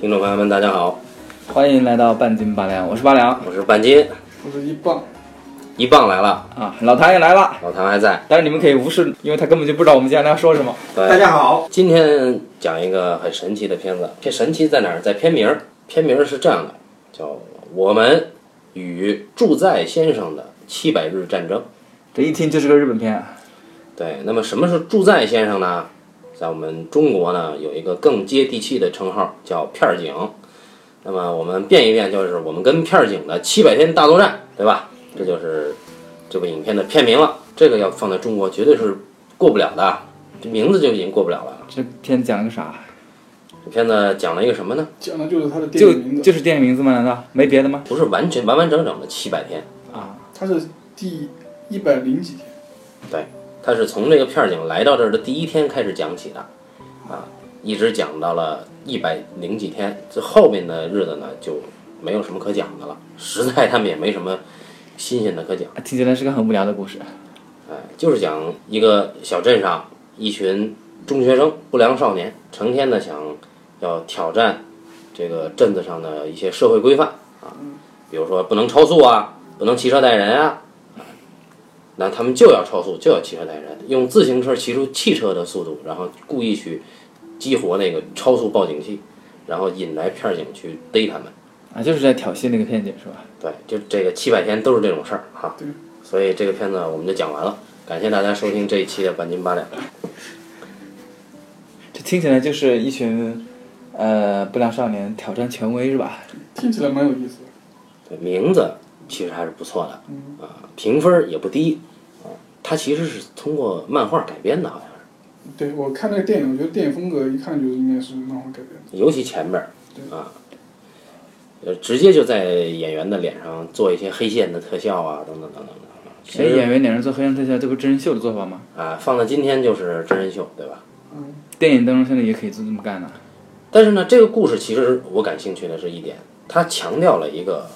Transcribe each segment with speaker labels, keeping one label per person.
Speaker 1: 听众朋友们，大家好，
Speaker 2: 欢迎来到半斤八两，我是八两
Speaker 1: 我是半斤，
Speaker 3: 不是一棒，
Speaker 1: 一棒来了，
Speaker 2: 啊，老谭也来了，
Speaker 1: 老谭还在。
Speaker 2: 但是你们可以无视，因为他根本就不知道我们今天要说什么。
Speaker 3: 大
Speaker 1: 对，
Speaker 3: 家好，
Speaker 1: 今天讲一个很神奇的片子，这神奇在哪儿？在片名儿，片名儿是这样的，叫《我们与住在先生的七百日战争》。
Speaker 2: 这一听就是个日本片啊，
Speaker 1: 对，那么什么是住在先生呢？在我们中国呢，有一个更接地气的称号叫片儿警。那么我们变一变，就是我们跟片儿警的七百天大作战，对吧？这就是这部影片的片名了。这个要放在中国绝对是过不了的，这名字就已经过不了了。
Speaker 2: 这片讲了个啥？
Speaker 1: 这片子讲了一个什么呢？
Speaker 3: 讲的就是他的电
Speaker 2: 就
Speaker 3: 影名字，
Speaker 2: 就是电影名字吗？难道没别的吗？
Speaker 1: 不是完全完完整整的七百天，
Speaker 2: 啊，
Speaker 3: 他是第一百零几天，
Speaker 1: 它是从这个片儿警来到这儿的第一天开始讲起的，啊，一直讲到了一百零几天，这后面的日子呢就没有什么可讲的了，实在他们也没什么新鲜的可讲，
Speaker 2: 听起来是个很无聊的故事。
Speaker 1: 哎，就是讲一个小镇上一群中学生不良少年，成天的想要挑战这个镇子上的一些社会规范啊，比如说不能超速啊，不能骑车带人啊，啊那他们就要超速，就要骑车带人，用自行车骑出汽车的速度，然后故意去激活那个超速报警器，然后引来片儿警去逮他们。
Speaker 2: 啊，就是在挑衅那个片警是吧？
Speaker 1: 对，就这个七百天都是这种事儿哈。
Speaker 3: 对。
Speaker 1: 所以这个片子我们就讲完了，感谢大家收听这一期的半斤八两。
Speaker 2: 这听起来就是一群，呃，不良少年挑战权威是吧？
Speaker 3: 听起来蛮有意思的。
Speaker 1: 对名字其实还是不错的，啊，评分儿也不低，啊，它其实是通过漫画改编的，好像
Speaker 3: 对我看那个电影，我觉得电影风格一看就应该是漫画改编的。
Speaker 1: 是，尤其前面儿啊，呃，直接就在演员的脸上做一些黑线的特效啊，等等等等等等。其
Speaker 2: 谁
Speaker 1: 实
Speaker 2: 演员脸上做黑暗特效，这不真人秀的做法吗？
Speaker 1: 啊，放到今天就是真人秀，对吧？
Speaker 2: 电影当中现在也可以这么干呢、
Speaker 1: 但是呢，这个故事其实我感兴趣的是一点，它强调了一个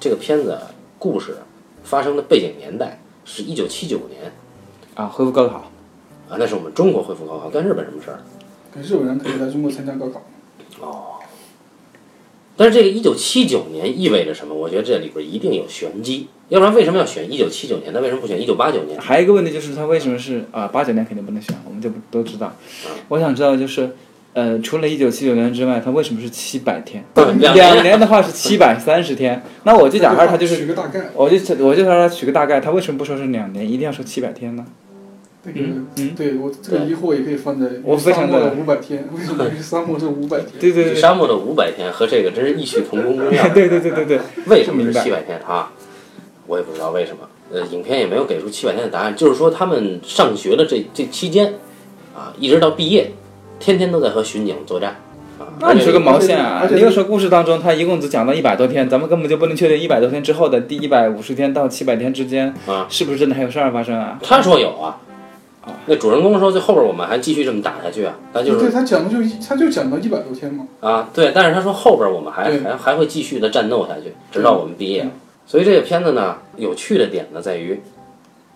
Speaker 1: 这个片子故事发生的背景年代是一九七九年
Speaker 2: 啊，恢复高考，
Speaker 1: 啊，那是我们中国恢复高考，干日本什么事儿？
Speaker 3: 可是有人可以来中国参加高考，
Speaker 1: 但是这个一九七九年意味着什么？我觉得这里边一定有玄机，要不然为什么要选一九七九年？那为什么不选一九八九年？
Speaker 2: 还有一个问题就是，他为什么是啊八九年肯定不能选，我们就不都知道。我想知道就是，呃，除了一九七九年之外，他为什么是七百天？
Speaker 1: 两年
Speaker 2: 两年的话是七百三十天，那我就假设他就
Speaker 3: 取
Speaker 2: 是，
Speaker 3: 个大概，
Speaker 2: 我就我就说他取个大概，他为什么不说是两年，一定要说七百天呢？
Speaker 3: 那个，对我这个疑惑也可以放在
Speaker 2: 嗯我非常
Speaker 3: 沙漠
Speaker 2: 的
Speaker 3: 的五百 天，为什么是沙漠这五百天？
Speaker 2: 对对对
Speaker 1: 沙漠的五百天和这个真是异曲同工之妙。
Speaker 2: 对对对对对，
Speaker 1: 为什么是七百天啊？我也不知道为什么。呃，影片也没有给出七百天的答案，就是说他们上学的这这期间，啊，一直到毕业，天天都在和巡警作战。啊，
Speaker 2: 那你说个毛线啊
Speaker 3: 而！且
Speaker 2: 你又说故事当中他一共只讲到一百多天，咱们根本就不能确定一百多天之后的第一百五十天到七百天之间
Speaker 1: 啊，
Speaker 2: 是不是真的还有事儿发生啊？
Speaker 1: 他说有啊，那主人公说这后边我们还继续这么打下去啊，那就是
Speaker 3: 对他讲的就一，他就讲到一百多天嘛，
Speaker 1: 啊，对，但是他说后边我们还
Speaker 3: 对
Speaker 1: 还还会继续的战斗下去，直到我们毕业。所以这个片子呢，有趣的点呢在于，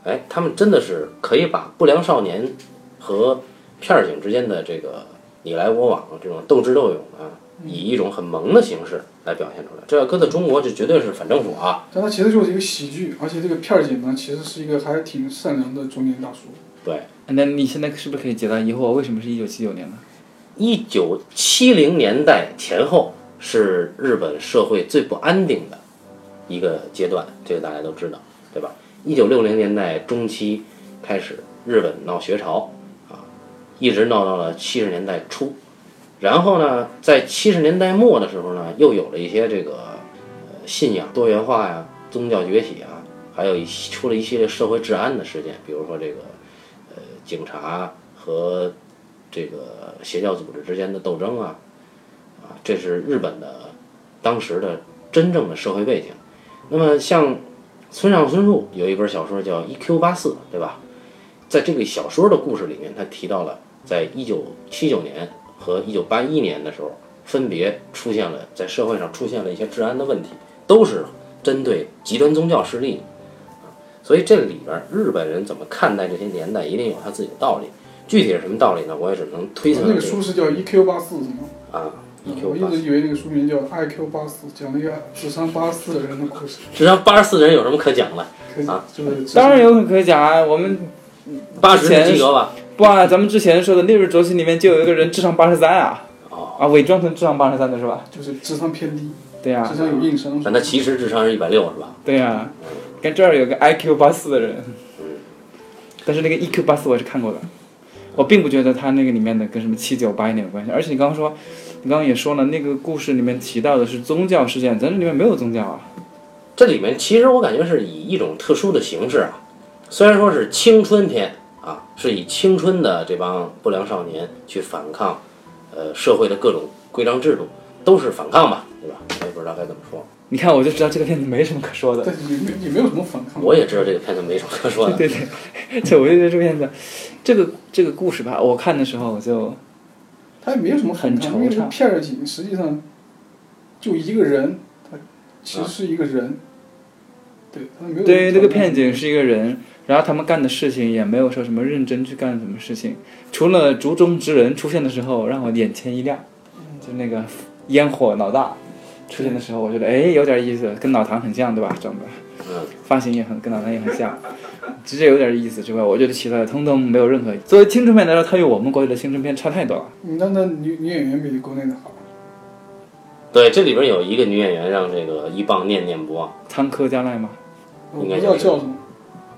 Speaker 1: 哎，他们真的是可以把不良少年和片儿警之间的这个你来我往这种斗智斗勇啊，以一种很萌的形式来表现出来。这要搁在中国，这绝对是反政府啊！
Speaker 3: 但他其实就是一个喜剧，而且这个片儿姐呢，其实是一个还挺善良的中年大叔。
Speaker 1: 对，
Speaker 2: 那你现在是不是可以解答疑惑，为什么是一九七九年呢？
Speaker 1: 一九七零年代前后是日本社会最不安定的一个阶段，这个大家都知道，对吧？一九六零年代中期开始，日本闹学潮啊，一直闹到了七十年代初。然后呢，在七十年代末的时候呢，又有了一些这个呃信仰多元化呀、宗教崛起啊，还有一系出了一系列社会治安的事件，比如说这个呃警察和这个邪教组织之间的斗争啊，啊，这是日本的当时的真正的社会背景。那么像村上春树有一本小说叫《一 E Q 八四》，对吧？在这个小说的故事里面，他提到了在一九七九年和一九八一年的时候，分别出现了在社会上出现了一些治安的问题，都是针对极端宗教势力。啊所以这里边儿日本人怎么看待这些年代，一定有他自己的道理。具体是什么道理呢？我也只能推测
Speaker 3: 啊那
Speaker 1: 这
Speaker 3: 个
Speaker 1: 个
Speaker 3: 书是叫《E Q 八四》什么？
Speaker 1: 啊， ，EQ
Speaker 3: 我一
Speaker 1: 八
Speaker 3: 直以为那个书名叫《IQ 八四》，讲那个智商八四的人的故事。
Speaker 1: 智商八十四人有什么可讲的？
Speaker 3: 可以
Speaker 1: 啊，
Speaker 3: 就是智
Speaker 2: 当
Speaker 3: 商
Speaker 2: 然有可讲啊，我们
Speaker 1: 八十是及格吧？
Speaker 2: 不啊，咱们之前说的烈日灼心里面就有一个人智商八十三啊，
Speaker 1: 哦，
Speaker 2: 啊，伪装成智商八十三的是吧？
Speaker 3: 就是智商偏低，
Speaker 2: 对呀、
Speaker 3: 智商有硬伤。
Speaker 1: 但他其实智商是一百六是吧？
Speaker 2: 对呀、跟这儿有个 IQ 八四的人，但是那个 EQ 八四我是看过的，我并不觉得他那个里面的跟什么七九八一点有关系。而且你刚刚说，你刚刚也说了，那个故事里面提到的是宗教事件，咱这里面没有宗教啊。
Speaker 1: 这里面其实我感觉是以一种特殊的形式啊，虽然说是青春片啊，是以青春的这帮不良少年去反抗，呃，社会的各种规章制度，都是反抗吧，对吧？我也不知道该怎么说。
Speaker 2: 你看，我就知道这个片子没什么可说的。
Speaker 3: 但是也没也没有什么反抗。
Speaker 1: 我也知道这个片子没什么可说的，
Speaker 2: 对对对，这我就觉得这个片子，这个这个故事吧，我看的时候我就
Speaker 3: 他也没有什么反
Speaker 2: 很
Speaker 3: 抗，
Speaker 2: 惆
Speaker 3: 因为这
Speaker 2: 怅
Speaker 3: 片儿警实际上就一个人，他其实是一个人，对他没有
Speaker 2: 对那个片
Speaker 3: 子
Speaker 2: 警是一个人，然后他们干的事情也没有说什么认真去干什么事情，除了竹中直人出现的时候让我眼前一亮，
Speaker 3: 嗯
Speaker 2: 就那个烟火老大出现的时候，我觉得哎有点意思，跟老唐很像对吧？长得
Speaker 1: 嗯，
Speaker 2: 发型也很跟老唐也很像， 其实有点意思之外，我觉得其他的通通没有任何。作为青春片来说，它与我们国内的青春片差太多了。
Speaker 3: 那那女女演员比国内的好，
Speaker 1: 对，这里边有一个女演员让这个一棒念念不忘，
Speaker 2: 仓科加奈嘛，
Speaker 3: 我不知道叫什么，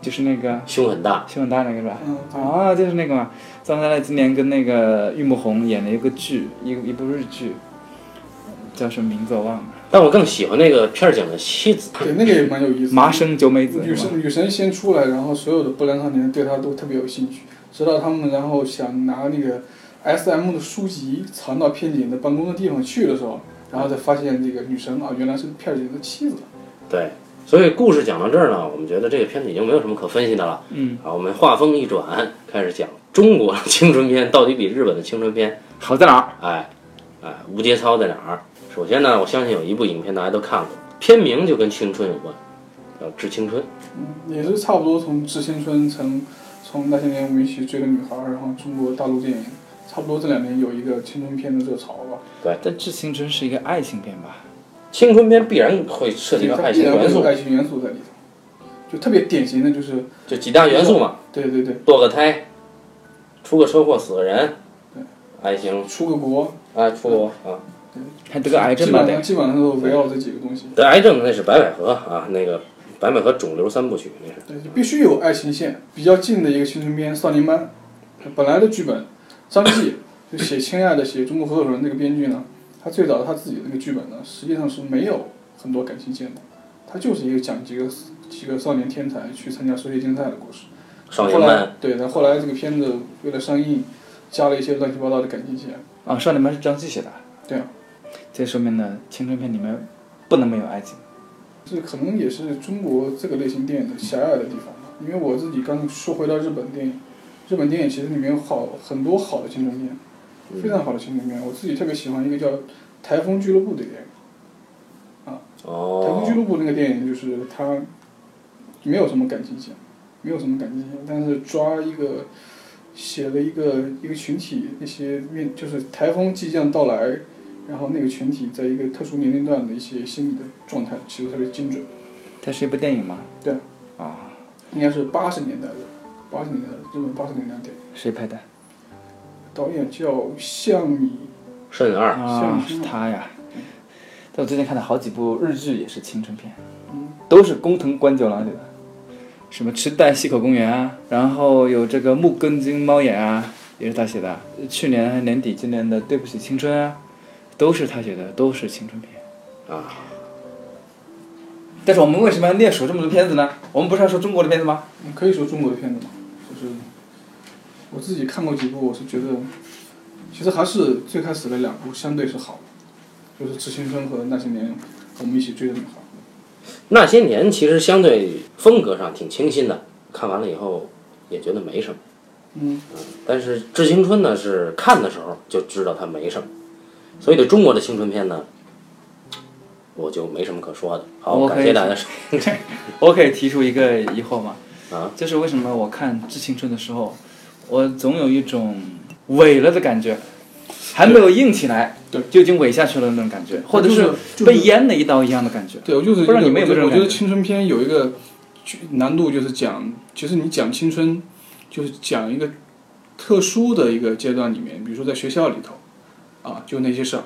Speaker 2: 就是那个
Speaker 1: 胸很大，
Speaker 2: 胸很大那个是吧？
Speaker 3: 嗯，对，
Speaker 2: 啊，就是那个嘛，张三在今年跟那个玉木宏演了一个剧，一个一部日剧，叫什么名字我忘了，
Speaker 1: 但我更喜欢那个片儿警的妻子。
Speaker 3: 对那个也蛮有意思的。
Speaker 2: 麻生久美子
Speaker 3: 女
Speaker 2: 是吧
Speaker 3: 神女神先出来，然后所有的不良少年对她都特别有兴趣，直到他们然后想拿那个 S.M 的书籍藏到片警的办公的地方去的时候，然后才发现这个女神啊原来是片警的妻子。
Speaker 1: 对，所以故事讲到这儿呢，我们觉得这个片子已经没有什么可分析的了。
Speaker 2: 嗯，
Speaker 1: 啊，我们话锋一转，开始讲中国的青春片到底比日本的青春片，
Speaker 2: 好在哪儿？
Speaker 1: 哎，哎，无节操在哪儿？首先呢，我相信有一部影片大家都看过，片名就跟青春有关，叫《致青春》。
Speaker 3: 嗯，也是差不多从《致青春》从从那些年我们一起追的女孩，然后中国大陆电影，差不多这两年有一个青春片的热潮吧。
Speaker 2: 但《致青春》是一个爱情片吧？
Speaker 1: 青春片必然会涉及到
Speaker 3: 它
Speaker 1: 爱
Speaker 3: 必
Speaker 1: 情
Speaker 3: 然会
Speaker 1: 元
Speaker 3: 有
Speaker 1: 素，
Speaker 3: 爱情元素在里头，就特别典型的就是，
Speaker 1: 就几大元素嘛：
Speaker 3: 对对对，
Speaker 1: 堕个胎，出个车祸死个人，爱情
Speaker 3: 出个国，
Speaker 1: 啊，出国啊。
Speaker 2: 还得个癌症
Speaker 3: 基
Speaker 2: 吧
Speaker 3: 本
Speaker 2: 得
Speaker 3: 上基本上都围绕这几个东西。
Speaker 1: 得癌症那是白百合啊，那个白百合肿瘤三部曲那是。
Speaker 3: 对，就必须有爱情线。比较近的一个青春片《少年班》，本来的剧本，张继就写《亲爱的》、写《中国合伙人》这个编剧呢，他最早他自己的那个剧本呢，实际上是没有很多感情线的，他就是一个讲几个几个少年天才去参加数学竞赛的故事。
Speaker 1: 少
Speaker 3: 后
Speaker 1: 年班
Speaker 3: 来，对，然后后来这个片子为了上映，加了一些乱七八糟的感情线。
Speaker 2: 啊，《少年班》是张继写的。
Speaker 3: 对啊。
Speaker 2: 这说明呢，青春片里面不能没有爱情。
Speaker 3: 这可能也是中国这个类型电影的狭隘的地方吧。因为我自己刚说回到日本电影，日本电影其实里面有好很多好的青春片，非常好的青春片。我自己特别喜欢一个叫《台风俱乐部》的电影，《台风俱
Speaker 1: 哦，
Speaker 3: 乐部》那个电影就是它没有什么感情线，没有什么感情线，但是抓一个写了一个一个群体那些面就是台风即将到来，然后那个群体在一个特殊年龄段的一些心理的状态，其实特别精准。
Speaker 2: 它是一部电影吗？
Speaker 3: 对。
Speaker 2: 啊，
Speaker 3: 应该是八十年代的，八十年代的日本八十年代的电影，
Speaker 2: 谁拍的？
Speaker 3: 导演叫向米，
Speaker 1: 顺二
Speaker 2: 啊，
Speaker 3: 像
Speaker 2: 是他呀。但我最近看了好几部日剧，也是青春片，
Speaker 3: 嗯，
Speaker 2: 都是工藤官九郎写的，什么《池袋西口公园》啊，然后有这个《木根津猫眼》啊，也是他写的。去年年底，今年的《对不起青春》啊，都是他写的，都是青春片。
Speaker 1: 啊，
Speaker 2: 但是我们为什么要列数这么多片子呢？我们不是要说中国的片子吗？
Speaker 3: 你可以说中国的片子吗？就是我自己看过几部，我是觉得，其实还是最开始的两部相对是好的，就是《致青春》和《那些年我们一起追的女孩》。
Speaker 1: 那些年其实相对风格上挺清新的，看完了以后也觉得没什么。
Speaker 3: 嗯，
Speaker 1: 但是《致青春》呢，是看的时候就知道它没什么，所以对中国的青春片呢，我就没什么可说的。好，
Speaker 2: 我
Speaker 1: 感
Speaker 2: 可以
Speaker 1: 谢大家收。
Speaker 2: 我可以提出一个疑惑吗？
Speaker 1: 啊，
Speaker 2: 就是为什么我看《致青春》的时候，我总有一种萎了的感觉，还没有硬起来，
Speaker 3: 对，
Speaker 2: 就已经萎下去了那种感觉，或者
Speaker 3: 就是就
Speaker 2: 被淹了一刀一样的感觉。
Speaker 3: 对，我就是
Speaker 2: 不知道你们有没有这种
Speaker 3: 我觉得
Speaker 2: 感觉
Speaker 3: 青春片有一个就难度，就是讲，其实你讲青春，就是讲一个特殊的一个阶段里面，比如说在学校里头，啊，就那些事儿，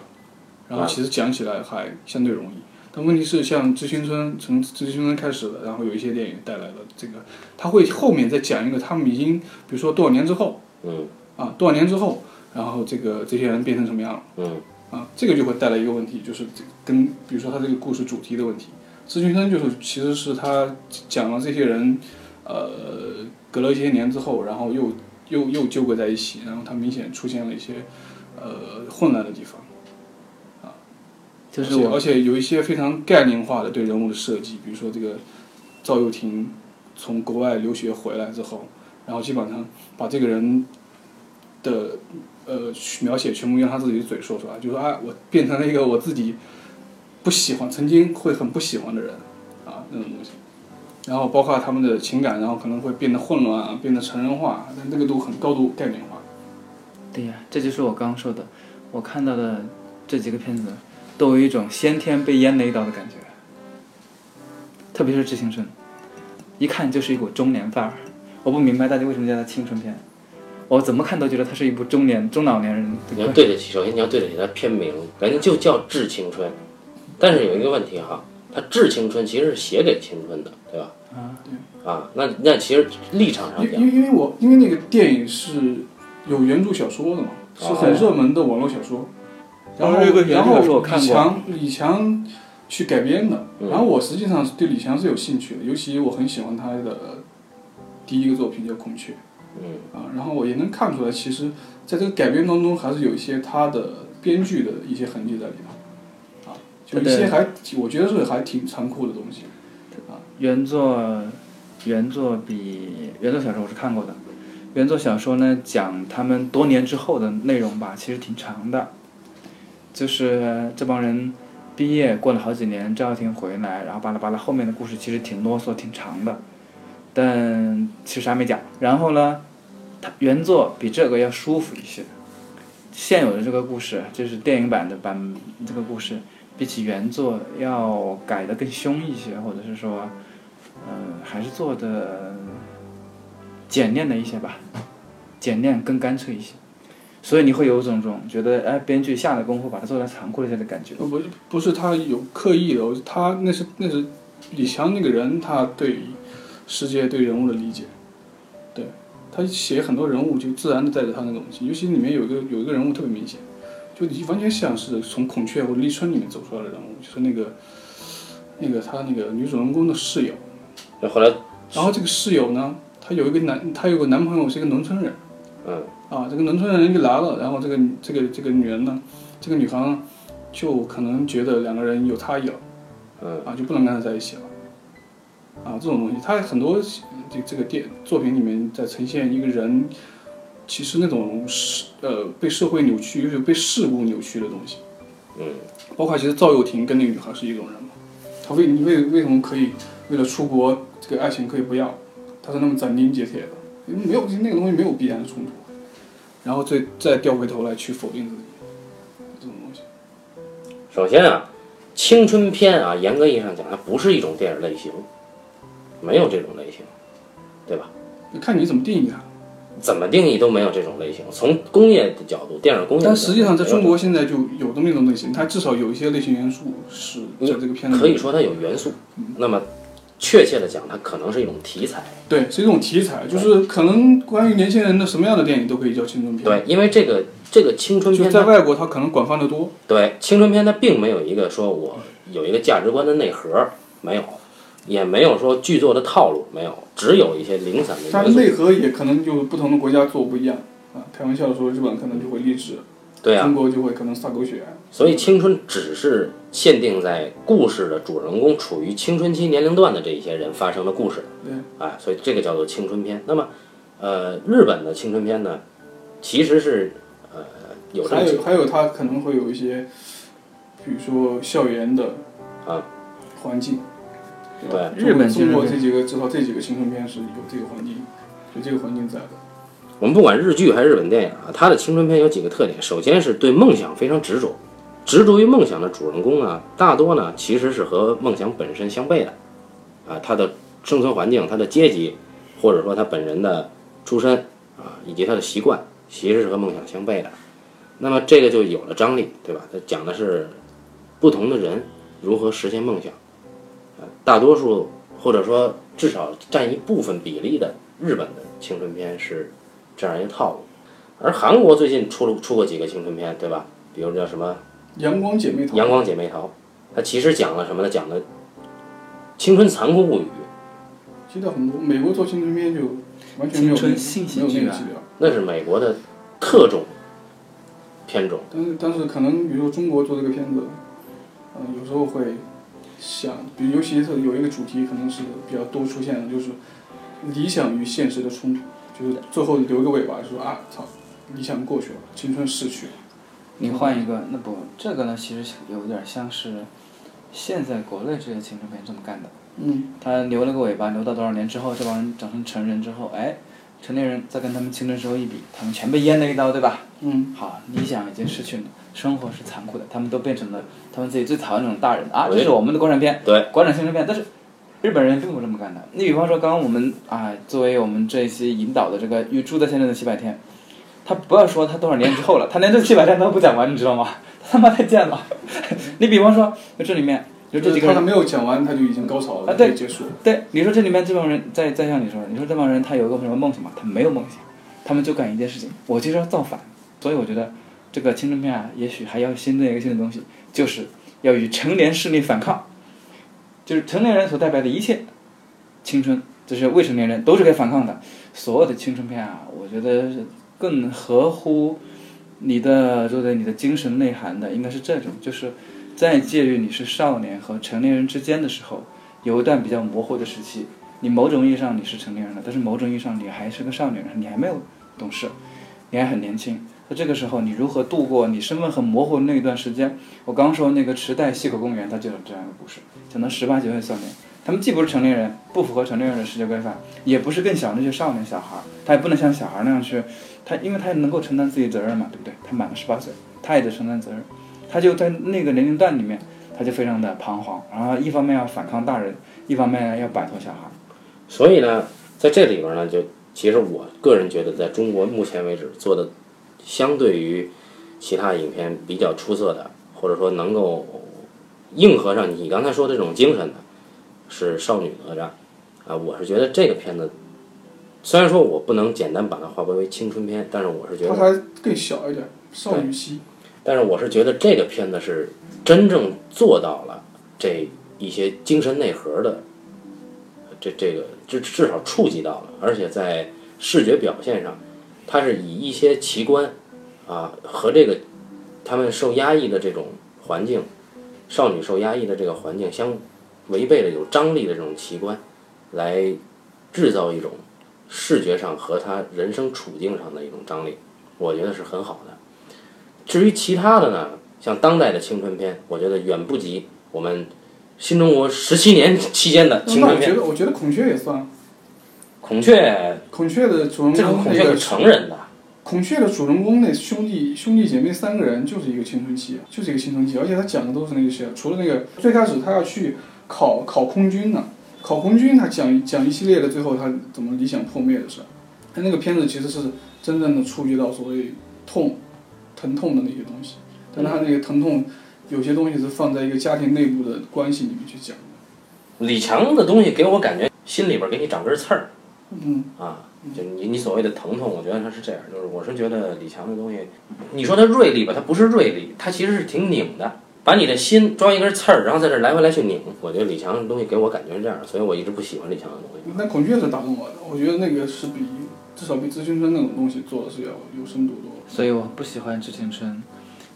Speaker 3: 然后
Speaker 1: 啊
Speaker 3: 其实讲起来还相对容易。但问题是，像《致青春》从《致青春》开始的，然后有一些电影带来的这个，他会后面再讲一个他们已经，比如说多少年之后
Speaker 1: 嗯
Speaker 3: 啊，多少年之后，然后这个这些人变成什么样了。
Speaker 1: 嗯
Speaker 3: 啊，这个就会带来一个问题，就是这跟比如说他这个故事主题的问题。咨询生就是其实是他讲了这些人，呃，隔了一些年之后，然后又又又纠葛在一起，然后他明显出现了一些呃混乱的地方，
Speaker 2: 就是
Speaker 3: 而且
Speaker 2: 我
Speaker 3: 而且有一些非常概念化的对人物的设计，比如说这个赵又廷从国外留学回来之后，然后基本上把这个人的呃描写全部用他自己的嘴说出来，就说啊，我变成了一个我自己不喜欢，曾经会很不喜欢的人啊那种东西。然后包括他们的情感，然后可能会变得混乱啊，变得成人化，但这个都很高度概念化。
Speaker 2: 对呀、这就是我刚刚说的，我看到的这几个片子都有一种先天被淹了一刀的感觉，特别是《致青春》，一看就是一股中年范儿。我不明白大家为什么叫它青春片，我怎么看都觉得它是一部中年中老年人
Speaker 1: 你
Speaker 2: 的
Speaker 1: 要对得起，首先你要对得起它片名，人家就叫《致青春》，但是有一个问题哈，它《致青春》其实是写给青春的，对吧？
Speaker 2: 啊，
Speaker 1: 啊，那那其实立场上
Speaker 3: 因
Speaker 1: 讲，
Speaker 3: 因为因为我因为那个电影是有原著小说的嘛，
Speaker 1: 哦
Speaker 3: 是很热门的网络小说。然后
Speaker 2: 哦这个原
Speaker 3: 然
Speaker 2: 著小说
Speaker 3: 后
Speaker 2: 我看
Speaker 3: 李
Speaker 2: 过
Speaker 3: 强李强去改编的。
Speaker 1: 嗯
Speaker 3: 然后我实际上是对李强是有兴趣的，尤其我很喜欢他的第一个作品叫《孔雀》
Speaker 1: 嗯
Speaker 3: 啊。然后我也能看出来，其实在这个改编当中还是有一些他的编剧的一些痕迹在里头啊，就一些
Speaker 2: 对
Speaker 3: 还我觉得是还挺残酷的东西。
Speaker 2: 原作原作比原作小说我是看过的，原作小说呢讲他们多年之后的内容吧，其实挺长的，就是这帮人毕业过了好几年，赵又廷回来，然后巴拉巴拉，后面的故事其实挺啰嗦挺长的，但其实啥没讲。然后呢，它原作比这个要舒服一些。现有的这个故事，就是电影版的版这个故事，比起原作要改的更凶一些，或者是说，嗯、还是做的简练了一些吧，简练更干脆一些。所以你会有种种觉得，哎，编剧下了功夫把它做的残酷了一些的感觉。
Speaker 3: 呃不不是他有刻意的，他那是那是李强那个人，他对世界对人物的理解，对他写很多人物就自然的带着他那个东西，尤其里面有一个有一个人物特别明显，就你完全像是从《孔雀》或者《立春》里面走出来的人物，就是那个那个他那个女主人公的室友，
Speaker 1: 那后来
Speaker 3: 然后这个室友呢，她有一个男，她有个男朋友是一个农村人。
Speaker 1: 嗯
Speaker 3: 啊，这个农村人一来了，然后这个这个这个女人呢，这个女方呢就可能觉得两个人有差异了，
Speaker 1: 嗯
Speaker 3: 啊，就不能跟他在一起了，啊，这种东西，他很多这这个电作品里面在呈现一个人，其实那种是呃被社会扭曲，尤其被事物扭曲的东西，
Speaker 1: 嗯
Speaker 3: 包括其实赵又廷跟那个女孩是一种人嘛，他为你为为什么可以为了出国这个爱情可以不要，他是那么斩钉截铁的，因为没有那个东西没有必然的冲突，然后再再调回头来去否定自己，这种东西，
Speaker 1: 首先啊，青春片啊，严格意义上讲，它不是一种电影类型，没有这种类型，对吧？
Speaker 3: 那看你怎么定义它。
Speaker 1: 怎么定义都没有这种类型。从工业的角度，电影工业的角度，
Speaker 3: 但实际上在中国现在就有这么一种类型，它至少有一些类型元素是在这个片子
Speaker 1: 嗯可
Speaker 3: 里嗯
Speaker 1: 以说它有元素。那么，确切的讲，它可能是一种题材。
Speaker 3: 对是一种题材，就是可能关于年轻人的什么样的电影都可以叫青春片。
Speaker 1: 对，因为这个这个青春
Speaker 3: 就
Speaker 1: 片，
Speaker 3: 在
Speaker 1: 它
Speaker 3: 外国它可能广泛的多，
Speaker 1: 对青春片它并没有一个说我有一个价值观的内核，没有，也没有说剧作的套路，没有，只有一些零散的
Speaker 3: 它
Speaker 1: 元素。
Speaker 3: 内核也可能就不同的国家做不一样啊。开玩笑的说，日本可能就会励志，
Speaker 1: 对啊，
Speaker 3: 中国就会可能撒狗血。
Speaker 1: 所以青春只是限定在故事的主人公处于青春期年龄段的这一些人发生的故事，
Speaker 3: 对，
Speaker 1: 哎，所以这个叫做青春片。那么，呃，日本的青春片呢，其实是呃有这
Speaker 3: 还
Speaker 1: 么几
Speaker 3: 有
Speaker 1: 个
Speaker 3: 还有它可能会有一些，比如说校园的
Speaker 1: 啊
Speaker 3: 环境。吧
Speaker 2: 对日本
Speaker 3: 中国
Speaker 2: 青春片
Speaker 3: 中国这几个至少这几个青春片是有这个环境，有这个环境在的。
Speaker 1: 我们不管日剧还是日本电影啊，它的青春片有几个特点，首先是对梦想非常执着，执着于梦想的主人公呢，大多呢其实是和梦想本身相悖的，啊，他的生存环境、他的阶级，或者说他本人的出身啊，以及他的习惯，其实是和梦想相悖的。那么这个就有了张力，对吧？它讲的是不同的人如何实现梦想，啊，大多数或者说至少占一部分比例的日本的青春片是这样一个套路，而韩国最近出了出过几个青春片，对吧？比如叫什么
Speaker 3: 阳光姐妹
Speaker 1: 《
Speaker 3: 淘，
Speaker 1: 阳光姐妹淘》，它其实讲了什么呢？讲的青春残酷物语，
Speaker 3: 其实很多美国做青春片就完全没
Speaker 2: 青
Speaker 3: 有
Speaker 2: 春
Speaker 3: 那
Speaker 2: 性喜
Speaker 3: 没有那
Speaker 2: 剧
Speaker 3: 个
Speaker 2: 啊
Speaker 3: 基调。
Speaker 1: 那是美国的特种片种。
Speaker 3: 但是但是可能比如说中国做这个片子，嗯、有时候会想，比如尤其是有一个主题可能是比较多出现的，就是理想与现实的冲突，就是最后留一个尾巴，就说啊操，理想过去了，青春逝去了。
Speaker 2: 你换一个，那不这个呢，其实有点像是现在国内这些青春片这么干的。
Speaker 3: 嗯，
Speaker 2: 他留了个尾巴，留到多少年之后，这帮人长成成人之后，哎，成年人再跟他们青春时候一比，他们全被阉了一刀，对吧？
Speaker 3: 嗯。
Speaker 2: 好，理想已经失去了，生活是残酷的，他们都变成了他们自己最讨厌那种大人啊，
Speaker 1: 我
Speaker 2: 这是我们的国产片，
Speaker 1: 对，
Speaker 2: 国产青春片，但是日本人并不这么干的。你比方说，刚刚我们啊、作为我们这一期引导的这个《与猪的先生的七百天》，他不要说他多少年之后了，他连这七百天都不讲完，你知道吗？他妈太贱了！ 你比方说，这里面有这几个
Speaker 3: 他还
Speaker 2: 人。
Speaker 3: 没有讲完，他就已经高潮了，
Speaker 2: 啊对
Speaker 3: 就结束了。
Speaker 2: 对，你说这里面这帮人，再再像你说的，你说这帮人他有一个什么梦想吗？他没有梦想，他们就干一件事情，我就是要造反。所以我觉得这个青春片啊，也许还要新增一个新的东西，就是要与成年势力反抗，就是成年人所代表的一切青春，就是未成年人都是该反抗的。所有的青春片啊，我觉得更合乎你的，就是你的精神内涵的，应该是这种，就是在介于你是少年和成年人之间的时候。有一段比较模糊的时期，你某种意义上你是成年人了，但是某种意义上你还是个少年人，你还没有懂事，你还很年轻。那这个时候你如何度过你身份很模糊的那一段时间？我刚说那个池袋西口公园，它就有这样一个故事，讲到十八九岁的少年，他们既不是成年人，不符合成年人的世界规范，也不是更小那些少年小孩儿，他也不能像小孩儿那样去，他因为他能够承担自己责任嘛，对不对？他满了十八岁，他也得承担责任，他就在那个年龄段里面，他就非常的彷徨，然后一方面要反抗大人，一方面要摆脱小孩。
Speaker 1: 所以呢，在这里边呢，就其实我个人觉得，在中国目前为止做的，相对于其他影片比较出色的，或者说能够应和上你刚才说的这种精神的，是《少女哪吒》啊。我是觉得这个片子，虽然说我不能简单把它划归为青春片，但是我是觉
Speaker 3: 他
Speaker 1: 得，
Speaker 3: 还更小一点，少女期。
Speaker 1: 但是我是觉得这个片子是真正做到了这一些精神内核的，这这个至至少触及到了，而且在视觉表现上，它是以一些奇观啊和这个他们受压抑的这种环境，少女受压抑的这个环境相违背的有张力的这种奇观，来制造一种视觉上和她人生处境上的一种张力，我觉得是很好的。至于其他的呢，像当代的青春片，我觉得远不及我们新中国十七年期间的青
Speaker 3: 那
Speaker 1: 春
Speaker 3: 我觉
Speaker 1: 片。
Speaker 3: 得，我觉得孔雀也算。
Speaker 1: 孔雀，
Speaker 3: 孔雀的主人
Speaker 1: 这个
Speaker 3: 公
Speaker 1: 孔
Speaker 3: 那
Speaker 1: 雀
Speaker 3: 个
Speaker 1: 是成人的，
Speaker 3: 孔雀的主人公那兄弟兄弟姐妹三个人就是一个青春期，就是一个青春期，而且他讲的都是那些，除了那个最开始他要去考考空军呢、考空军他讲讲一系列的，最后他怎么理想破灭的事儿。他那个片子其实是真正的触及到所谓痛、疼痛的那些东西，但他那个疼痛有些东西是放在一个家庭内部的关系里面去讲的。
Speaker 1: 李强的东西给我感觉心里边给你长根刺儿
Speaker 3: 嗯，
Speaker 1: 啊，就你你所谓的疼痛，我觉得他是这样，就是我是觉得李强的东西，你说他锐利吧，他不是锐利，他其实是挺拧的，把你的心装一根刺儿，然后在这儿来回来去拧。我觉得李强的东西给我感觉是这样，所以我一直不喜欢李强的东西。
Speaker 3: 那孔雀是打动我的，我觉得那个是比至少比资讯生那种东西做的是要有深度多。
Speaker 2: 所以我不喜欢《致青春》，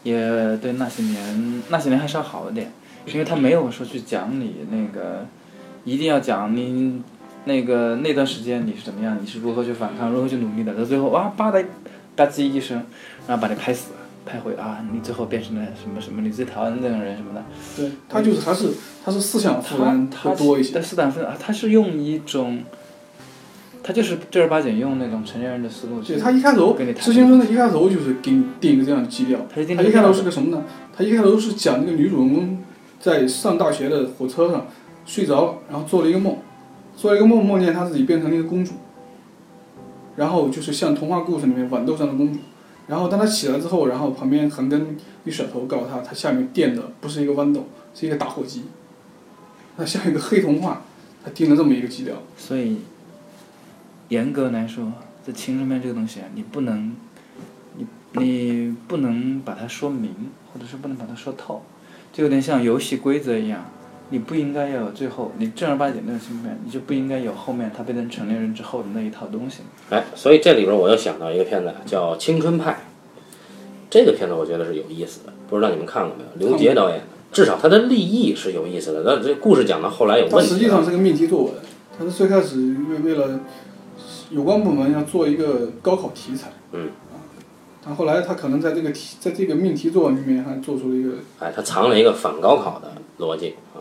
Speaker 2: 也对那些年，那些年还稍好一点，是因为他没有说去讲你那个，一定要讲你那个那段时间你是怎么样，你是如何去反抗，如何去努力的，到最后啊，吧嗒吧唧一声，然后把你拍死了，拍回啊，你最后变成了什么什么，你最讨厌的那种人什么的。
Speaker 3: 对，他就是还是他是思想负担
Speaker 2: 他
Speaker 3: 会多一些。
Speaker 2: 但斯坦福啊，他是用一种，他就是正儿八经用那种成年人的思路去
Speaker 3: 对他一开头，
Speaker 2: 跟你谈
Speaker 3: 施先生的一开头就是给你定一个这样的基调。
Speaker 2: 他是
Speaker 3: 他一开头是个什么呢？他一开头是讲那个女主人公在上大学的火车上睡着了，然后做了一个梦，做了一个梦，梦见她自己变成了一个公主，然后就是像童话故事里面豌豆上的公主。然后当她起来之后，然后旁边横根一甩头告诉她，她下面垫的不是一个豌豆，是一个打火机。那像一个黑童话，他定了这么一个基调。
Speaker 2: 所以，严格来说，这情人面这个东西啊，你不能，你你不能把它说明，或者是不能把它说透，就有点像游戏规则一样，你不应该要有最后，你正儿八经那个情人面，你就不应该有后面他变成成年人之后的那一套东西。
Speaker 1: 哎，所以这里边我又想到一个片子啊叫《青春派》，这个片子我觉得是有意思的，不知道你们看过没有？刘杰导演的，至少他的立意是有意思的。但这故事讲到后来有
Speaker 3: 它
Speaker 1: 问题了，
Speaker 3: 实际上是个命题作文，它是最开始为为了有关部门要做一个高考题材，
Speaker 1: 嗯，
Speaker 3: 但后来他可能在这个题在这个命题作文里面还做出了一个，
Speaker 1: 哎，他藏了一个反高考的逻辑啊。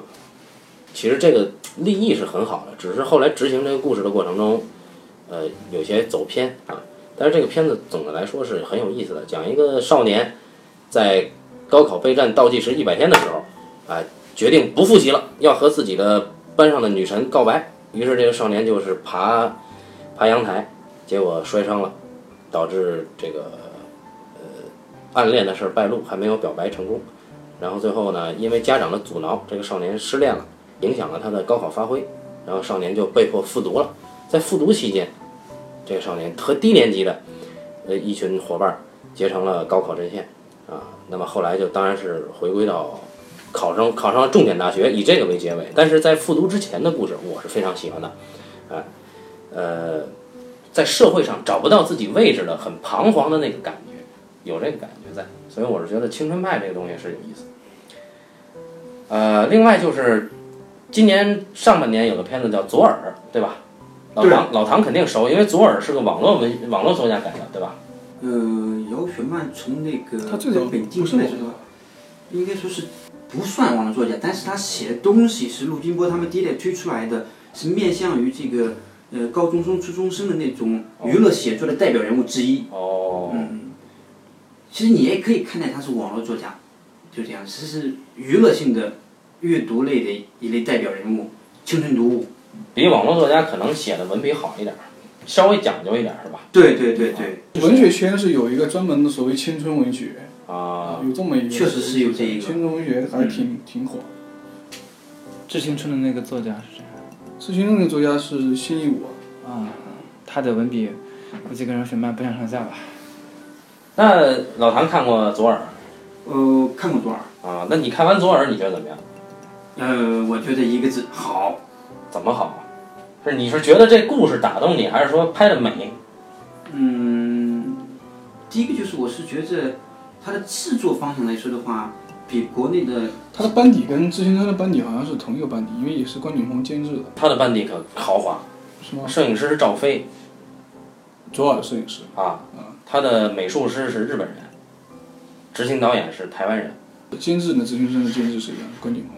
Speaker 1: 其实这个立意是很好的，只是后来执行这个故事的过程中，呃，有些走偏啊。但是这个片子总的来说是很有意思的，讲一个少年在高考备战倒计时一百天的时候，啊，决定不复习了，要和自己的班上的女神告白。于是这个少年就是爬爬阳台，结果摔伤了，导致这个呃暗恋的事儿败露，还没有表白成功。然后最后呢，因为家长的阻挠，这个少年失恋了，影响了他的高考发挥，然后少年就被迫复读了。在复读期间，这个少年和低年级的呃一群伙伴结成了高考阵线啊。那么后来就当然是回归到考生考上了重点大学，以这个为结尾。但是在复读之前的故事，我是非常喜欢的，啊，呃，在社会上找不到自己位置的很彷徨的那个感觉，有这个感觉在，所以我是觉得青春派这个东西是有意思的。呃，另外就是今年上半年有个片子叫《左耳》，对吧？老
Speaker 3: 对
Speaker 1: 唐老唐肯定熟，因为左耳是个网络文网络作家改的，对吧？
Speaker 4: 呃，姚雪漫从那个
Speaker 3: 他最早
Speaker 4: 到北京
Speaker 3: 不是我
Speaker 4: 来说，应该说是不算网络作家，但是他写的东西是陆金波他们第一代推出来的，是面向于这个呃高中生、初中生的那种
Speaker 2: 哦
Speaker 4: 娱乐写作的代表人物之一。
Speaker 1: 哦，
Speaker 4: 嗯，其实你也可以看待他是网络作家，就这样，只是娱乐性的阅读类的一类代表人物，青春读物。
Speaker 1: 比网络作家可能写的文笔好一点儿，稍微讲究一点儿是吧？
Speaker 4: 对对对对，
Speaker 3: 文学圈是有一个专门的所谓青春文学
Speaker 1: 啊、
Speaker 3: 有这么一个，
Speaker 4: 确实是有这一个嗯
Speaker 3: 青春文学还挺、挺火。
Speaker 2: 致青春的那个作家是谁
Speaker 3: 志勋那个作家是辛夷坞，
Speaker 2: 啊？他的文笔估计跟饶雪漫不相上下吧。
Speaker 1: 那老唐看过左耳
Speaker 4: 呃，看过多少？
Speaker 1: 啊？那你看完左耳你觉得怎么样？
Speaker 4: 呃，我觉得一个字好。
Speaker 1: 怎么好？啊是你是觉得这故事打动你，还是说拍的美？
Speaker 4: 嗯，第一个就是我是觉着它的制作方向来说的话，比国内的
Speaker 3: 他的班底跟志勋生的班底好像是同一个班底，因为也是关锦鸿监制的，
Speaker 1: 他的班底可豪华，
Speaker 3: 是吗？
Speaker 1: 摄影师是赵飞
Speaker 3: 左耳摄影师，
Speaker 1: 啊，他的美术师是日本人，执行导演是台湾人，
Speaker 3: 监制呢，志勋生的监制是一样的，关锦鸿。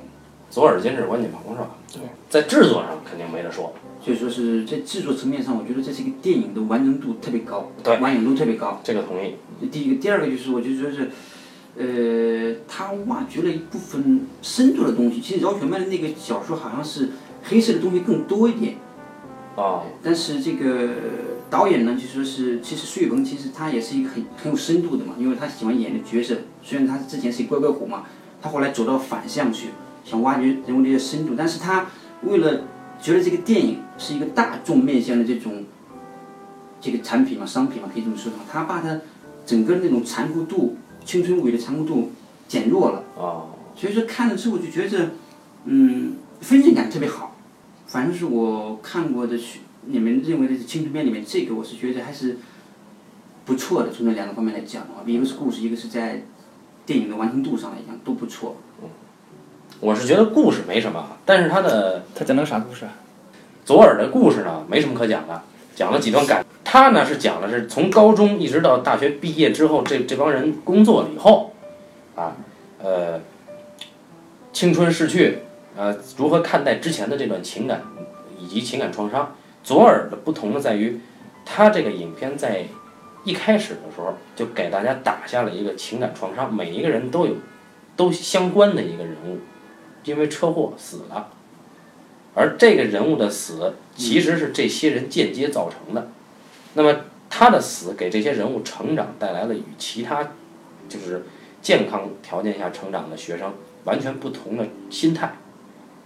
Speaker 1: 左耳金是关锦鹏是吧？
Speaker 3: 对，
Speaker 1: 在制作上肯定没得说，
Speaker 4: 所以说是在制作层面上，我觉得这是一个电影的完整度特别高，
Speaker 1: 对
Speaker 4: 完整度特别高。
Speaker 1: 啊这个同意。
Speaker 4: 这第一个，第二个就是我就觉得，呃，他挖掘了一部分深度的东西。其实饶雪漫的那个小说好像是黑色的东西更多一点，
Speaker 1: 啊，
Speaker 4: 但是这个导演呢，就说是其实苏有朋其实他也是一个很很有深度的嘛，因为他喜欢演的角色，虽然他之前是乖乖虎嘛，他后来走到反向去，想挖掘人物的一些深度，但是他为了觉得这个电影是一个大众面向的这种这个产品嘛、商品嘛，可以这么说嘛，他把他整个那种残酷度、青春无语的残酷度减弱了。
Speaker 1: 哦，
Speaker 4: 所以说看了之后就觉着，嗯，分寸感特别好。反正是我看过的许，你们认为的青春片里面，这个我是觉得还是不错的。从这两个方面来讲的话，一个是故事，一个是在电影的完成度上来讲都不错。
Speaker 1: 我是觉得故事没什么，但是他的
Speaker 2: 他讲的啥故事啊？
Speaker 1: 左耳的故事呢，没什么可讲的，讲了几段感。他呢是讲的是从高中一直到大学毕业之后，这这帮人工作了以后，啊，呃，青春逝去，呃，如何看待之前的这段情感以及情感创伤？左耳的不同呢在于，他这个影片在一开始的时候就给大家打下了一个情感创伤，每一个人都有都相关的一个人物，因为车祸死了，而这个人物的死其实是这些人间接造成的，那么他的死给这些人物成长带来了与其他就是健康条件下成长的学生完全不同的心态，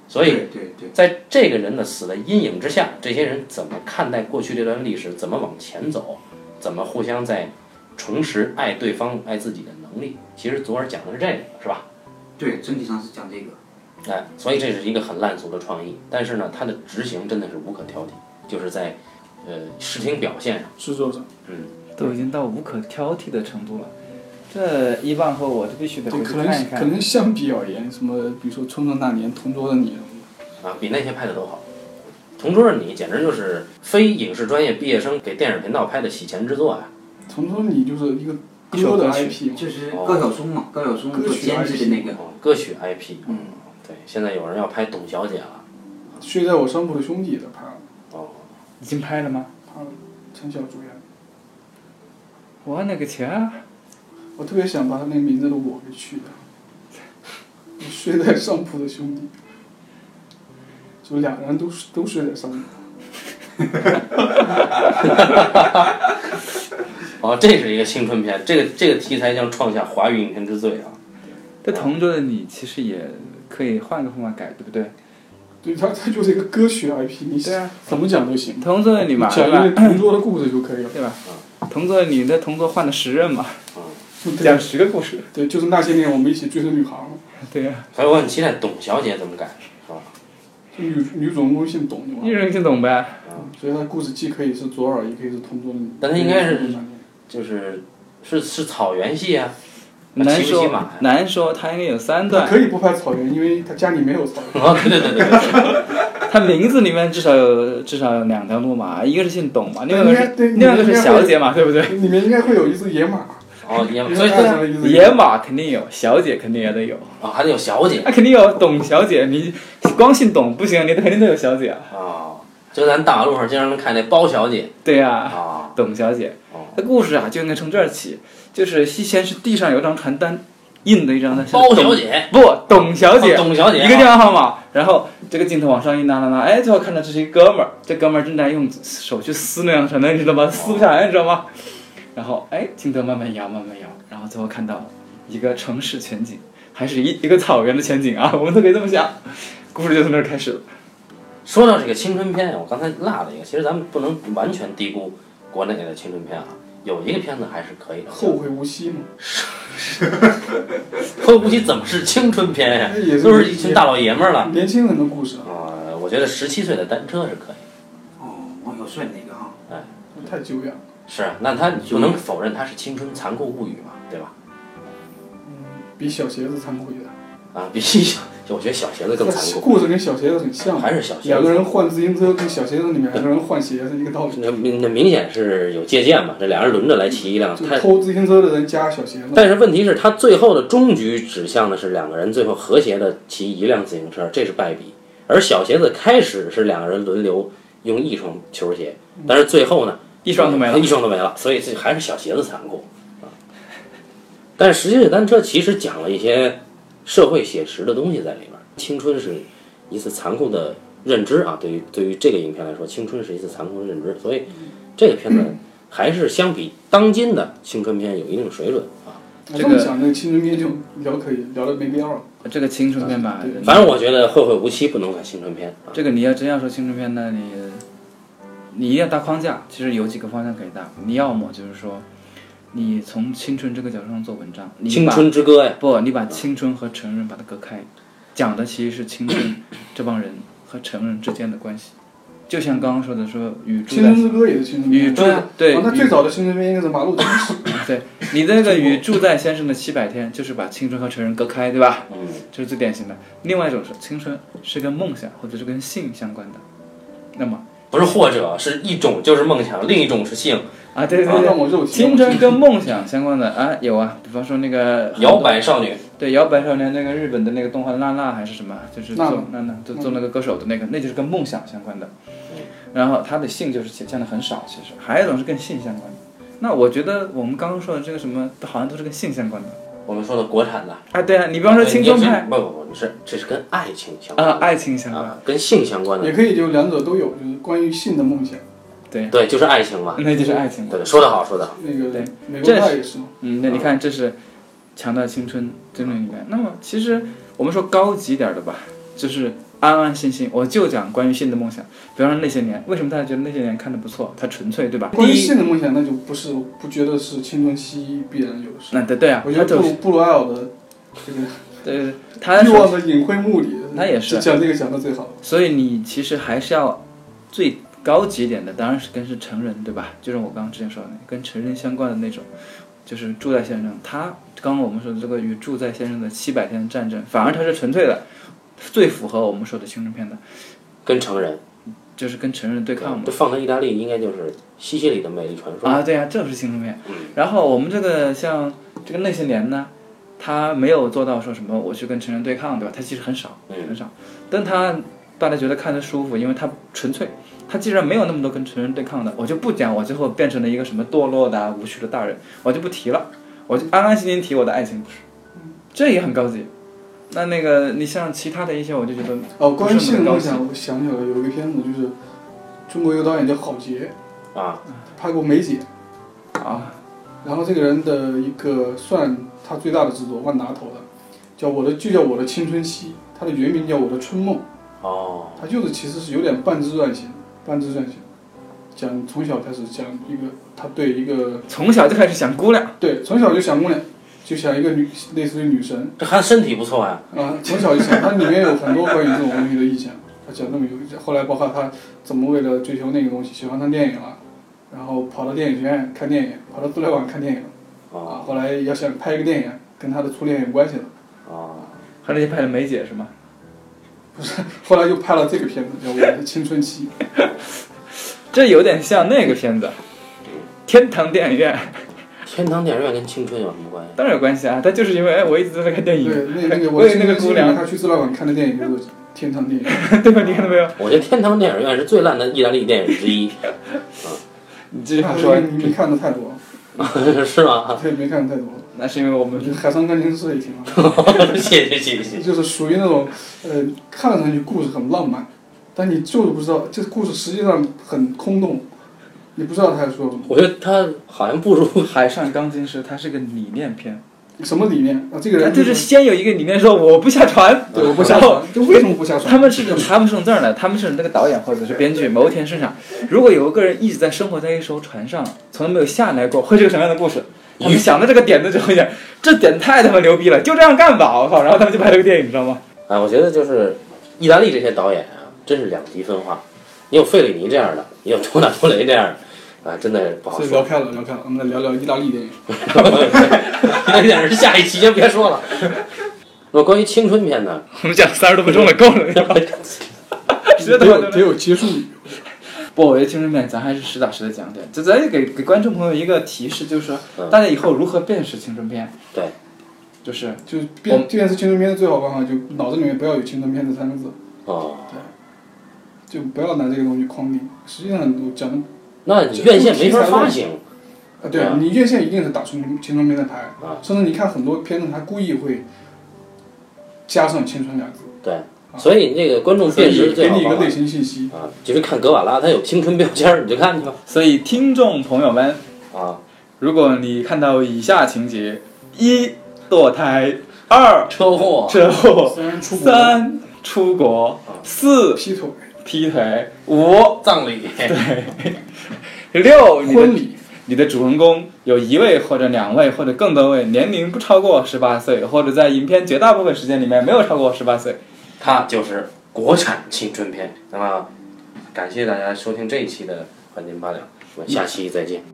Speaker 1: 所以
Speaker 4: 对对对，
Speaker 1: 在这个人的死的阴影之下，这些人怎么看待过去这段历史，怎么往前走，怎么互相在重拾爱对方、爱自己的能力。其实昨儿讲的是这个，是吧？
Speaker 4: 对，整体上是讲这个。
Speaker 1: 哎，所以这是一个很烂俗的创意，但是呢，它的执行真的是无可挑剔，就是在呃视听表现上，
Speaker 3: 制作上，
Speaker 2: 都已经到无可挑剔的程度了。这一万后，我就必须得
Speaker 3: 对，
Speaker 2: 回去
Speaker 3: 可
Speaker 2: 看一
Speaker 3: 能可
Speaker 2: 看。
Speaker 3: 能相比而言，什么比如说《冲撞那年》《同桌的你》，
Speaker 1: 啊，比那些拍的都好。同桌的你简直就是非影视专业毕业生给电影频道拍的洗钱之作啊！
Speaker 3: 《同桌的你》就是一个歌的
Speaker 2: 歌曲
Speaker 3: IP 嘛，
Speaker 4: 就是
Speaker 1: 哦
Speaker 4: 高晓松嘛，高晓松
Speaker 3: 歌
Speaker 4: 做
Speaker 3: 曲
Speaker 4: 监制的那个，
Speaker 1: 哦，歌曲 IP，
Speaker 4: 嗯，
Speaker 1: 对，现在有人要拍董小姐了，
Speaker 3: 睡在我上铺的兄弟也在拍了，
Speaker 1: 哦，
Speaker 2: 已经拍了吗？
Speaker 3: 拍了陈晓主演。
Speaker 2: 我那个去啊！
Speaker 3: 我特别想把他那个名字的“我”给去掉。我 睡在上铺的兄弟，就两个人都睡都睡在上面。
Speaker 1: 哦，这是一个青春片，这个这个题材将创下华语影片之最啊！
Speaker 2: 这同桌的你其实也可以换个方法改，对不对？
Speaker 3: 对，他他就是一个歌曲 IP，你
Speaker 2: 对啊
Speaker 3: 怎么讲都行，
Speaker 2: 同桌的你
Speaker 3: 你
Speaker 2: 嘛，
Speaker 3: 讲
Speaker 2: 对
Speaker 3: 一个
Speaker 2: 吧？
Speaker 3: 同桌的故事就可以了。
Speaker 2: 对吧？同桌的你，那同桌换了十任嘛，
Speaker 3: 对
Speaker 2: 讲十个故事。
Speaker 3: 对，就是那些年我们一起追的女孩嘛，
Speaker 2: 对呀、
Speaker 1: 所以我很期待董小姐怎么改，是吧？
Speaker 3: 就女女主人公姓董就
Speaker 2: 一
Speaker 3: 完了。
Speaker 2: 人听懂呗。
Speaker 3: 所以她的故事既可以是左耳，也可以是同桌的女。
Speaker 1: 但她应该是
Speaker 3: 同桌的男人
Speaker 1: 就是是是草原系啊，啊
Speaker 2: 难
Speaker 1: 骑不骑马
Speaker 2: 说
Speaker 3: 哎
Speaker 1: 呀？
Speaker 2: 难说，他应该有三
Speaker 3: 她
Speaker 2: 段。
Speaker 3: 可以不拍草原，因为她家里没有草 原。
Speaker 1: 哦，对对对对对，
Speaker 2: 他名字里面至少有至少有两条路嘛，一个是姓董嘛，另
Speaker 3: 对
Speaker 2: 外一个
Speaker 3: 应该对
Speaker 2: 是另外一个
Speaker 3: 应
Speaker 2: 是
Speaker 3: 该会
Speaker 2: 小姐嘛，对不对？
Speaker 3: 里面应该会有一只野马，
Speaker 1: 哦，也
Speaker 3: 你
Speaker 1: 所
Speaker 3: 说
Speaker 1: 以
Speaker 3: 他
Speaker 2: 啊
Speaker 3: 成了一只
Speaker 2: 野马肯定有，小姐肯定也得有，
Speaker 1: 哦还得有小姐
Speaker 2: 那、肯定有董小姐。你光姓董不行，你肯定得有小姐啊。
Speaker 1: 哦，就咱大马路上经常能看那包小姐
Speaker 2: 对呀、
Speaker 1: 啊，
Speaker 2: 董小姐
Speaker 1: 哦，
Speaker 2: 她故事啊就应该从这儿起，就是西先是地上有张传单，印的一张，那是
Speaker 1: 包
Speaker 2: 董
Speaker 1: 小姐，
Speaker 2: 不，董小姐
Speaker 1: 哦，董小姐啊
Speaker 2: 一个电话号码，然后这个镜头往上一拉拉拉，哎，最后看到这是一哥们儿，这哥们儿正在用手去撕那张传单，你知道吗？撕不下来，你知道吗？然后哎，镜头慢慢摇，慢慢摇，然后最后看到一个城市全景，还是一一个草原的全景啊，我们都可以这么想，故事就从这儿开始了。
Speaker 1: 说到这个青春片，我刚才落了一个，其实咱们不能完全低估国内的青春片啊，有一个片子还是可以的，
Speaker 3: 后会无期嘛。
Speaker 1: 后不期怎么是青春片呀、
Speaker 3: 那也是
Speaker 1: 都是一群大老爷们儿了。
Speaker 3: 年轻人的故事啊，
Speaker 1: 啊，我觉得十七岁的单车是可以的。
Speaker 4: 哦，王小帅那个哈，
Speaker 3: 太久远了。
Speaker 1: 是啊，那他不能否认他是青春残酷物语嘛，对吧？
Speaker 3: 比小鞋子残酷一点。
Speaker 1: 啊，比小，我觉得小鞋子更残酷，
Speaker 3: 故事跟小鞋子很像，
Speaker 1: 还是小鞋
Speaker 3: 两个
Speaker 1: 子。
Speaker 3: 人换自行车，跟小鞋子里面两个人换鞋是一个道理。
Speaker 1: 那那明显是有借鉴嘛，这俩人轮着来骑一辆，
Speaker 3: 就
Speaker 1: 他
Speaker 3: 偷自行车的人加小鞋子，
Speaker 1: 但是问题是，他最后的终局指向的是两个人最后和谐的骑一辆自行车，这是败笔。而小鞋子开始是两个人轮流用一双球鞋，但是最后呢，
Speaker 2: 一双都没了
Speaker 1: 一，双都没了，所以这还是小鞋子残酷啊。但是《实际的单车》其实讲了一些社会写实的东西在里边儿。青春是一次残酷的认知啊，对于对于这个影片来说，青春是一次残酷的认知，所以这个片子还是相比当今的青春片有一定水准啊。
Speaker 3: 我这么想，这个青春片就聊可以聊的没必要了。
Speaker 2: 这个青春片吧，
Speaker 3: 对
Speaker 1: 反正我觉得《后会无期》不能算青春片啊。
Speaker 2: 这个你要真要说青春片，那你你一定要搭框架。其实有几个方向可以搭，你要么就是说，你从青春这个角度上做文章，你把
Speaker 1: 青春之歌呀，
Speaker 2: 不，你把青春和成人把它隔开，讲的其实是青春 这帮人和成人之间的关系。就像刚刚说的，说与
Speaker 3: 青
Speaker 2: 住在
Speaker 3: 春之歌也是青春
Speaker 2: 与
Speaker 3: 片。
Speaker 2: 住
Speaker 1: 对啊
Speaker 2: 对
Speaker 3: 哦，那
Speaker 2: 与
Speaker 3: 最早的青春片应该是《马路天使》，
Speaker 2: 对你的那个与住在先 生的七百天，就是把青春和成人隔开，对吧？
Speaker 1: 嗯，
Speaker 2: 这是最典型的。另外一种是青春是跟梦想或者是跟性相关的，那么
Speaker 1: 不是或者是一种就是梦想，另一种是性，
Speaker 2: 啊，对对
Speaker 3: 啊
Speaker 2: 对，
Speaker 3: 让我肉体
Speaker 2: 青春跟梦想相关的啊，有啊，比方说 那个
Speaker 1: 摇摆少女。
Speaker 2: 对摇摆少年那个日本的那个动画娜娜还是什么，就是
Speaker 3: 娜
Speaker 2: 做娜娜就做那个歌手的那个，那就是跟梦想相关的。然后它的性就是写降的很少，其实还有一种是跟性相关的。那我觉得我们刚刚说的这个什么，好像都是跟性相关的。
Speaker 1: 我们说的国产的，
Speaker 2: 啊，对啊，你比方说青春派
Speaker 1: 呃，不不不，你是这是跟爱情相关
Speaker 2: 啊
Speaker 1: 的，
Speaker 2: 爱情相关，
Speaker 1: 啊，跟性相关的，
Speaker 3: 也可以就两者都有，就是关于性的梦想。
Speaker 2: 对，
Speaker 1: 对，就是爱情嘛。
Speaker 2: 那就是爱情。
Speaker 1: 对，说得好，说得好。
Speaker 3: 那个
Speaker 2: 对
Speaker 3: 美
Speaker 2: 这
Speaker 3: 国派也是嘛，
Speaker 2: 嗯，那你看，这是强调青春真正应该。那么，其实我们说高级点儿的吧，就是安安心心。我就讲关于性的梦想，比方说那些年，为什么大家觉得那些年看的不错？它纯粹，对吧？
Speaker 3: 关于
Speaker 2: 第一，
Speaker 3: 性的梦想，那就不是不觉得是青春期必然有的事。
Speaker 2: 那对对啊，
Speaker 3: 我觉
Speaker 2: 它
Speaker 3: 得
Speaker 2: 就
Speaker 3: 布
Speaker 2: 是
Speaker 3: 鲁布鲁埃尔的这个
Speaker 2: 对，它
Speaker 3: 欲望的隐晦目里，
Speaker 2: 那也是
Speaker 3: 就讲这个讲的最好。
Speaker 2: 所以你其实还是要最高级一点的，当然是跟是成人，对吧？就是我刚刚之前说的那跟成人相关的那种，就是住在先生，他刚刚我们说的这个与住在先生的七百天的战争，反而它是纯粹的，最符合我们说的青春片的，
Speaker 1: 跟成人
Speaker 2: 就是跟成人对抗嘛。
Speaker 1: 这放在意大利应该就是西西里的魅力传说。嗯
Speaker 2: 啊，对呀、这是青春片。然后我们这个像这个那些年呢，他没有做到说什么我去跟成人对抗，对吧？他其实很少，
Speaker 1: 嗯
Speaker 2: 很少。但他大家觉得看着舒服，因为他纯粹，他既然没有那么多跟成人对抗的，我就不讲我最后变成了一个什么堕落的啊、无趣的大人，我就不提了，我就安安心心提我的爱情故事，这也很高级。那那个你像其他的一些，我就觉得
Speaker 3: 哦，关于性的梦
Speaker 2: 不是那
Speaker 3: 想，我想起来了有一个片子，就是中国一个导演叫郝杰，
Speaker 1: 啊，
Speaker 3: 拍过《梅姐》，
Speaker 2: 啊，
Speaker 3: 然后这个人的一个算他最大的制作，万达投的，叫我的就叫我的青春期，他的原名叫我的春梦，
Speaker 1: 哦，
Speaker 3: 他就是其实是有点半自传型，半自传型，讲从小开始讲一个他对一个
Speaker 2: 从小就开始想姑娘，
Speaker 3: 对从小就想姑娘，就想一个女类似于女神
Speaker 1: 这他身体不错呀、
Speaker 3: 啊，从小就想，它里面有很多关于这种东西的意见，他讲那么有，后来包括他怎么为了追求那个东西喜欢上电影了，然后跑到电影学院看电影，跑到资料馆看电影。啊，
Speaker 1: 哦
Speaker 3: 后来要想拍一个电影，跟他的初恋有关系了，
Speaker 1: 哦，
Speaker 2: 后来就拍了梅姐是吗？
Speaker 3: 后来就拍了这个片子，叫《我的青春期》。
Speaker 2: 这有点像那个片子，《天堂电影院》，
Speaker 1: 天堂电影院跟青春有什么关系？
Speaker 2: 当然有关系啊。它就是因为哎，我一直都在看电影，
Speaker 3: 对，那那个我
Speaker 2: 为
Speaker 3: 的
Speaker 2: 那个姑娘
Speaker 3: 他去资料馆看的电影就是《天堂电影》。
Speaker 2: 对吧？你看到没有？
Speaker 1: 我觉得天堂电影院是最烂的意大利电影之 一，
Speaker 2: 你这句话
Speaker 3: 啊
Speaker 2: 说完，
Speaker 3: 你没看的太多了，
Speaker 1: 是吗？
Speaker 3: 对，没看的太多了。
Speaker 2: 那是因为我
Speaker 3: 我
Speaker 2: 们
Speaker 3: 觉得《海上钢琴师》也挺好，
Speaker 1: 谢谢谢谢谢谢。
Speaker 3: 就是属于那种，呃，看上去故事很浪漫，但你就是不知道这故事实际上很空洞，你不知道他在说什么，
Speaker 1: 我觉得他好像不如
Speaker 2: 《海上钢筋师》它是个理念片，
Speaker 3: 什么理念啊？这个
Speaker 2: 它
Speaker 3: 人
Speaker 2: 就是先有一个理念说我不下船，
Speaker 3: 对，我不下船，就为什么不下船？
Speaker 2: 他们是他们是从这儿来，他们是那个导演或者是编剧某一天身上，如果有一个人一直在生活在一艘船上，从来没有下来过，会是个什么样的故事？他们想到这个点子之后，想这点太他妈牛逼了，就这样干吧，我靠！然后他们就拍了个电影，你知道吗？
Speaker 1: 啊，我觉得就是意大利这些导演啊，真是两极分化。你有费里尼这样的，也有托纳托雷这样的，啊，真的不好
Speaker 3: 所以
Speaker 1: 说
Speaker 3: 聊。开了，聊开了，我们来聊聊意大利 电影。
Speaker 1: 那点是哎下一期先别说了。那么关于青春片呢？
Speaker 2: 我们讲三十多分钟了，够 了。直接
Speaker 3: 得
Speaker 2: 他妈
Speaker 3: 有得有结束语。
Speaker 2: 不，我觉得青春片咱还是实打实的讲点，就咱也给给观众朋友一个提示，就是说
Speaker 1: 嗯
Speaker 2: 大家以后如何辨识青春片，
Speaker 1: 对，
Speaker 2: 就是
Speaker 3: 就是变这件事青春片的最好办法，就脑子里面不要有青春片这三个字，
Speaker 1: 哦，
Speaker 3: 就不要拿这个东西框定。实际上我讲的，
Speaker 1: 那你院线没法发行，
Speaker 3: 啊，对
Speaker 1: 啊
Speaker 3: 你院线一定是打出青春片的牌
Speaker 1: 啊，
Speaker 3: 甚至你看很多片子，它故意会加上青春两个字，
Speaker 1: 对，所以你这个观众
Speaker 3: 所
Speaker 1: 辨识
Speaker 3: 以
Speaker 1: 是最
Speaker 3: 给
Speaker 1: 好
Speaker 3: 你一个
Speaker 1: 方
Speaker 3: 类
Speaker 1: 法
Speaker 3: 型信息。
Speaker 1: 啊，就是看格瓦拉，他有青春标签儿，你就看去吧。
Speaker 2: 所以听众朋友们，
Speaker 1: 啊，
Speaker 2: 如果你看到以下情节：一堕胎，二
Speaker 1: 车祸
Speaker 2: 车祸，
Speaker 3: 三出国
Speaker 2: 三出国，四
Speaker 3: 劈腿、
Speaker 2: 劈腿，五
Speaker 1: 葬礼，
Speaker 2: 六你的
Speaker 3: 婚礼，
Speaker 2: 你的主人公有一位或者两位或者更多位年龄不超过十八岁，或者在影片绝大部分时间里面没有超过十八岁。
Speaker 1: 它就是国产青春片。那么，感谢大家收听这一期的《环境八两》，我们下期再见。